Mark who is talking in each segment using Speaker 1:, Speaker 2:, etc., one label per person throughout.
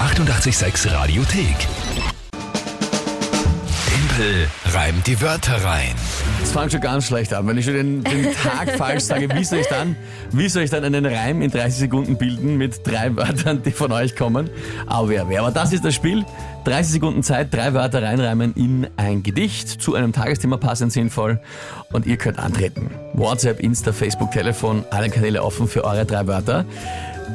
Speaker 1: 886 Radiothek. Tempel reimt die Wörter rein.
Speaker 2: Es fängt schon ganz schlecht an. Wenn ich schon den, den Tag falsch sage, wie soll, ich dann, wie soll ich dann einen Reim in 30 Sekunden bilden mit drei Wörtern, die von euch kommen? Aber wer, wer. Aber das ist das Spiel. 30 Sekunden Zeit, drei Wörter reinreimen in ein Gedicht, zu einem Tagesthema passend sinnvoll. Und ihr könnt antreten. WhatsApp, Insta, Facebook, Telefon, alle Kanäle offen für eure drei Wörter.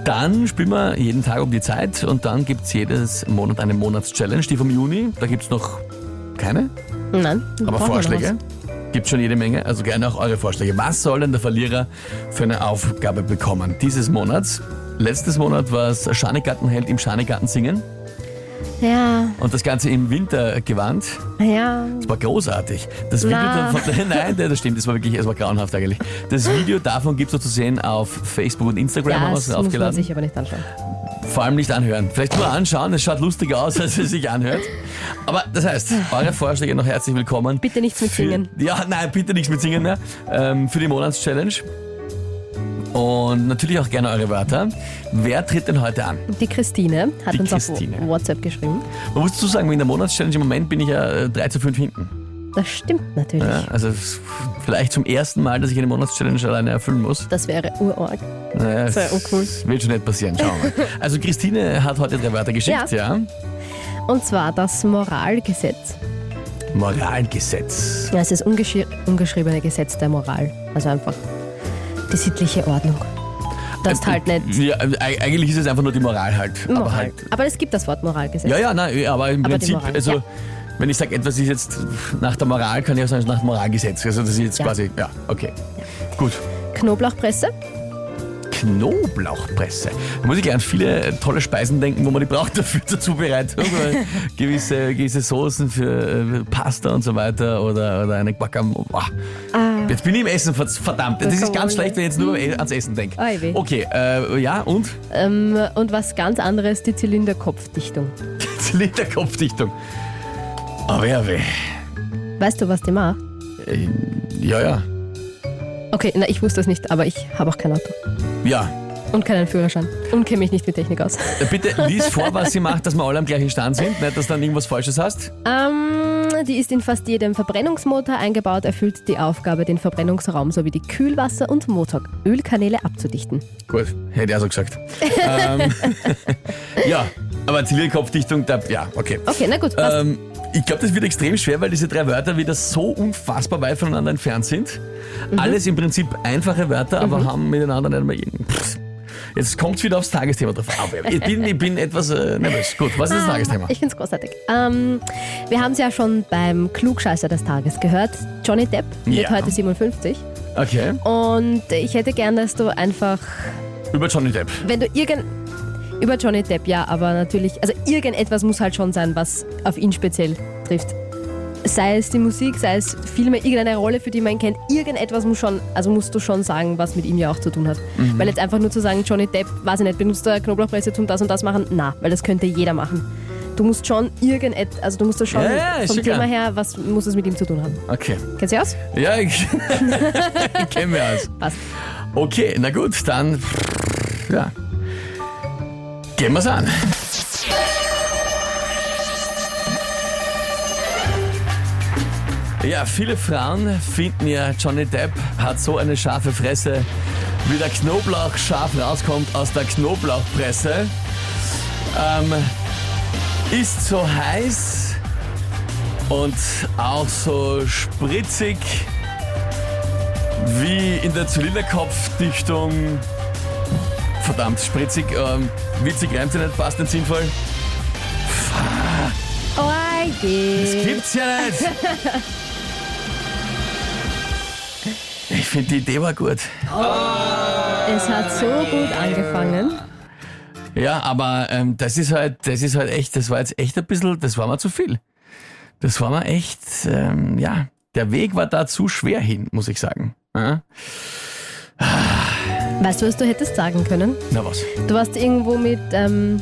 Speaker 2: Dann spielen wir jeden Tag um die Zeit und dann gibt es jedes Monat eine Monatschallenge, die vom Juni. Da gibt es noch keine,
Speaker 3: Nein.
Speaker 2: aber
Speaker 3: brauchen wir
Speaker 2: Vorschläge
Speaker 3: noch
Speaker 2: gibt schon jede Menge. Also gerne auch eure Vorschläge. Was soll denn der Verlierer für eine Aufgabe bekommen dieses Monats? Letztes Monat war es Schanigartenheld im Schanigarten singen
Speaker 3: was. Ja,
Speaker 2: und das Ganze im Wintergewand.
Speaker 3: ja.
Speaker 2: Das war großartig. Das Video
Speaker 3: Na.
Speaker 2: dann von, nein, nein, das stimmt, das war wirklich, es war grauenhaft eigentlich. Das Video davon gibt es zu sehen auf Facebook und Instagram, haben wir
Speaker 3: Das
Speaker 2: es
Speaker 3: muss man
Speaker 2: aufgeladen.
Speaker 3: sich aber nicht anschauen.
Speaker 2: Vor allem nicht anhören. Vielleicht nur anschauen, es schaut lustiger aus, als es sich anhört. Aber das heißt, eure Vorschläge noch herzlich willkommen.
Speaker 3: Bitte nichts mit
Speaker 2: Für-
Speaker 3: Singen.
Speaker 2: Ja, nein, bitte nichts mit Singen mehr. Ähm, für die Monatschallenge. Und natürlich auch gerne eure Wörter. Wer tritt denn heute an?
Speaker 3: Die Christine hat
Speaker 2: Die
Speaker 3: uns
Speaker 2: Christine.
Speaker 3: auf Whatsab geschrieben.
Speaker 2: Man muss dazu sagen, in der Monatschallenge im Moment bin ich ja äh, 3 zu 5 hinten.
Speaker 3: Das stimmt natürlich.
Speaker 2: Ja, also es- vielleicht zum ersten Mal, dass ich eine Monatschallenge alleine erfüllen muss.
Speaker 3: Das wäre urorg.
Speaker 2: Naja,
Speaker 3: Sehr
Speaker 2: es
Speaker 3: uncool.
Speaker 2: Wird schon nicht passieren, schauen wir mal. Also Christine hat heute drei Wörter geschickt, ja.
Speaker 3: Und zwar das Moralgesetz.
Speaker 2: Moralgesetz.
Speaker 3: Ja, es ist ungeschri ungeschriebene Gesetz der Moral. Also einfach die sittliche Ordnung. Das ist halt nicht.
Speaker 2: Ja, äh, eigentlich ist es einfach nur die Moral halt.
Speaker 3: Moral.
Speaker 2: Aber halt
Speaker 3: aber es gibt das Wort Moralgesetz.
Speaker 2: Ja, ja, nein, ja, aber im
Speaker 3: Aber die
Speaker 2: Prinzip,
Speaker 3: Moral,
Speaker 2: also
Speaker 3: ja.
Speaker 2: wenn ich sage, etwas ist jetzt nach der Moral, kann ich auch sagen, es ist nach dem Moralgesetz. Also das ist jetzt
Speaker 3: Ja.
Speaker 2: quasi, ja, okay. Gut.
Speaker 3: Knoblauchpresse.
Speaker 2: Knoblauchpresse. Da muss ich gleich an viele äh, tolle Speisen denken, wo man die braucht dafür zur Zubereitung. weil gewisse, gewisse Soßen für äh, Pasta und so weiter oder, oder eine Guacamole. Boah.
Speaker 3: Ah.
Speaker 2: Jetzt bin ich im Essen, ver- verdammt. Das ist ganz
Speaker 3: Guacamole.
Speaker 2: schlecht, wenn ich jetzt nur ans Essen denke.
Speaker 3: Ei Hm. weh.
Speaker 2: Okay, äh, ja, und?
Speaker 3: Ähm, und was ganz anderes, die Zylinderkopfdichtung.
Speaker 2: Zylinderkopfdichtung. Aber ja, weh.
Speaker 3: Weißt du, was die macht?
Speaker 2: Äh, Ja, ja.
Speaker 3: Okay, na, ich wusste es nicht, aber ich habe auch kein Auto.
Speaker 2: Ja, Äh,
Speaker 3: Und keinen Führerschein. Und kenne mich nicht mit Technik aus.
Speaker 2: Bitte lies vor, was sie macht, dass wir alle am gleichen Stand sind, nicht, dass du dann irgendwas Falsches hast.
Speaker 3: Ähm, die ist in fast jedem Verbrennungsmotor eingebaut, erfüllt die Aufgabe, den Verbrennungsraum sowie die Kühlwasser- und Motorölkanäle abzudichten.
Speaker 2: Gut, hätte er so gesagt. ähm, ja, aber Zylierkopfdichtung, da, ja, okay.
Speaker 3: Okay, na gut, passt.
Speaker 2: Ähm, ich glaube, das wird extrem schwer, weil diese drei Wörter wieder so unfassbar weit voneinander entfernt sind. Alles im Prinzip einfache Wörter, aber haben miteinander nicht mehr irgendeinen. Pff. Jetzt kommt es wieder aufs Tagesthema drauf. Aber ich bin, ich bin etwas äh, nervös. Gut, was ist
Speaker 3: Ah.
Speaker 2: das Tagesthema?
Speaker 3: Ich finde es großartig. Ähm, wir haben es ja schon beim Klugscheißer des Tages gehört. Johnny Depp
Speaker 2: Ja.
Speaker 3: wird heute 57.
Speaker 2: Okay,
Speaker 3: Und ich hätte gern, dass du einfach,
Speaker 2: über Johnny Depp.
Speaker 3: wenn du irgend... Über Johnny Depp, ja, aber natürlich, also irgendetwas muss halt schon sein, was auf ihn speziell trifft. Sei es die Musik, sei es Filme, irgendeine Rolle, für die man ihn kennt, irgendetwas muss schon, also musst du schon sagen, was mit ihm ja auch zu tun hat.
Speaker 2: Mhm.
Speaker 3: Weil jetzt einfach nur zu sagen, Johnny Depp, weiß ich nicht, benutzt er Knoblauchpresse zum das und das machen, na, weil das könnte jeder machen. Du musst schon irgendetwas, also du musst das schon
Speaker 2: Ja, ja, ist
Speaker 3: vom
Speaker 2: schon
Speaker 3: Thema
Speaker 2: klar.
Speaker 3: her, was muss es mit ihm zu tun haben.
Speaker 2: Okay.
Speaker 3: Kennst du aus?
Speaker 2: Ja, ich, ich kenne mich aus.
Speaker 3: Passt.
Speaker 2: Okay, na gut, dann. Ja. Gehen wir's an. Ja, viele Frauen finden ja, Johnny Depp hat so eine scharfe Fresse, wie der Knoblauch scharf rauskommt aus der Knoblauchpresse. Ähm, ist so heiß und auch so spritzig wie in der Zylinderkopfdichtung. Verdammt, spritzig, ähm, witzig, reimt sich nicht, passt nicht sinnvoll.
Speaker 3: Oh,
Speaker 2: Das gibt's ja nicht! Ich finde, die Idee war gut.
Speaker 3: Es hat so gut angefangen.
Speaker 2: Ja, aber ähm, das ist halt, das ist halt echt, das war jetzt echt ein bisschen, das war mal zu viel. Das war mal echt, ähm, ja, der Weg war da zu schwer hin, muss ich sagen. Ja?
Speaker 3: Weißt du, was du hättest sagen können?
Speaker 2: Na was?
Speaker 3: Du warst irgendwo mit, ähm,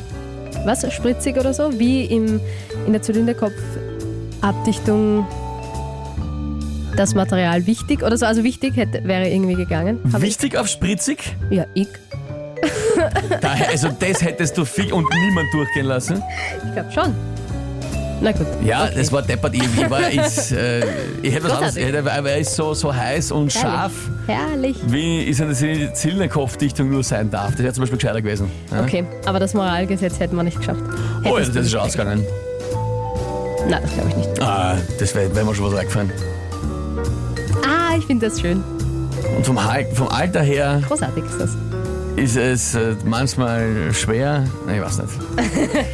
Speaker 3: was, spritzig oder so, wie im, in der Zylinderkopfabdichtung das Material wichtig oder so. Also wichtig hätte, wäre irgendwie gegangen. Hab ich-
Speaker 2: Wichtig auf spritzig?
Speaker 3: Ja, ich.
Speaker 2: Da, also das hättest du viel und niemand durchgehen lassen.
Speaker 3: Ich glaube schon. Na gut.
Speaker 2: Ja, das war deppert. Ich, ich, war, ich, äh, ich hätte was anderes.
Speaker 3: Großartig.
Speaker 2: Ich hätte, aber er ist so, so heiß und scharf,
Speaker 3: Herrlich. Herrlich.
Speaker 2: wie es eine Zillnerkopfdichtung nur sein darf. Das wäre zum Beispiel gescheiter gewesen. Ja?
Speaker 3: Okay, aber das Moralgesetz hätten wir nicht geschafft.
Speaker 2: Oh ja,
Speaker 3: Hättest
Speaker 2: das ist
Speaker 3: du-
Speaker 2: schon ausgegangen.
Speaker 3: Nein, das glaube ich nicht.
Speaker 2: Ah, das wäre wär mir schon was eingefallen.
Speaker 3: Ah, ich finde das schön.
Speaker 2: Und vom, Hal- vom Alter her
Speaker 3: Großartig ist das.
Speaker 2: ist es äh, manchmal schwer. Nein, ich weiß nicht.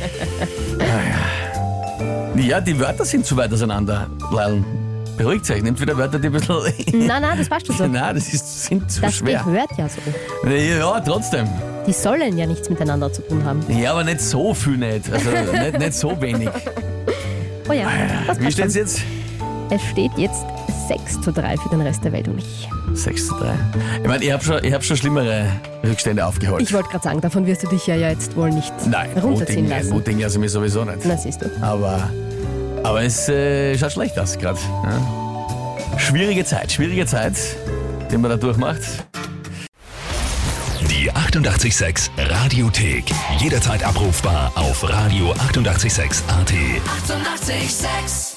Speaker 2: Ah, ja. ja, die Wörter sind zu weit auseinander, Leil. Beruhigt euch, nehmt wieder Wörter, die ein bisschen.
Speaker 3: Nein, nein, das passt schon so.
Speaker 2: Nein, das ist, sind zu
Speaker 3: Das
Speaker 2: Hm. schwer.
Speaker 3: gehört ja so.
Speaker 2: Ja, trotzdem.
Speaker 3: Die sollen ja nichts miteinander zu tun haben.
Speaker 2: Ja, aber nicht so viel nicht. Also nicht, nicht so wenig.
Speaker 3: Oh ja, das
Speaker 2: Ah, Wie
Speaker 3: passt
Speaker 2: steht's
Speaker 3: schon.
Speaker 2: jetzt?
Speaker 3: Es steht jetzt 6 zu 3 für den Rest der Welt und mich.
Speaker 2: 6 zu 3. Ich meine, ich habe schon, ich hab schon schlimmere Rückstände aufgeholt.
Speaker 3: Ich wollte gerade sagen, davon wirst du dich ja, ja jetzt wohl nicht
Speaker 2: Nein,
Speaker 3: runterziehen
Speaker 2: Muting,
Speaker 3: lassen.
Speaker 2: Muting lasse ich mir sowieso nicht.
Speaker 3: Na siehst du.
Speaker 2: Aber, aber es äh, schaut schlecht aus gerade. Ja? Schwierige Zeit, schwierige Zeit, die man da durchmacht.
Speaker 1: Die 886 Radiothek. Jederzeit abrufbar auf radio886.at. 886!
Speaker 4: 886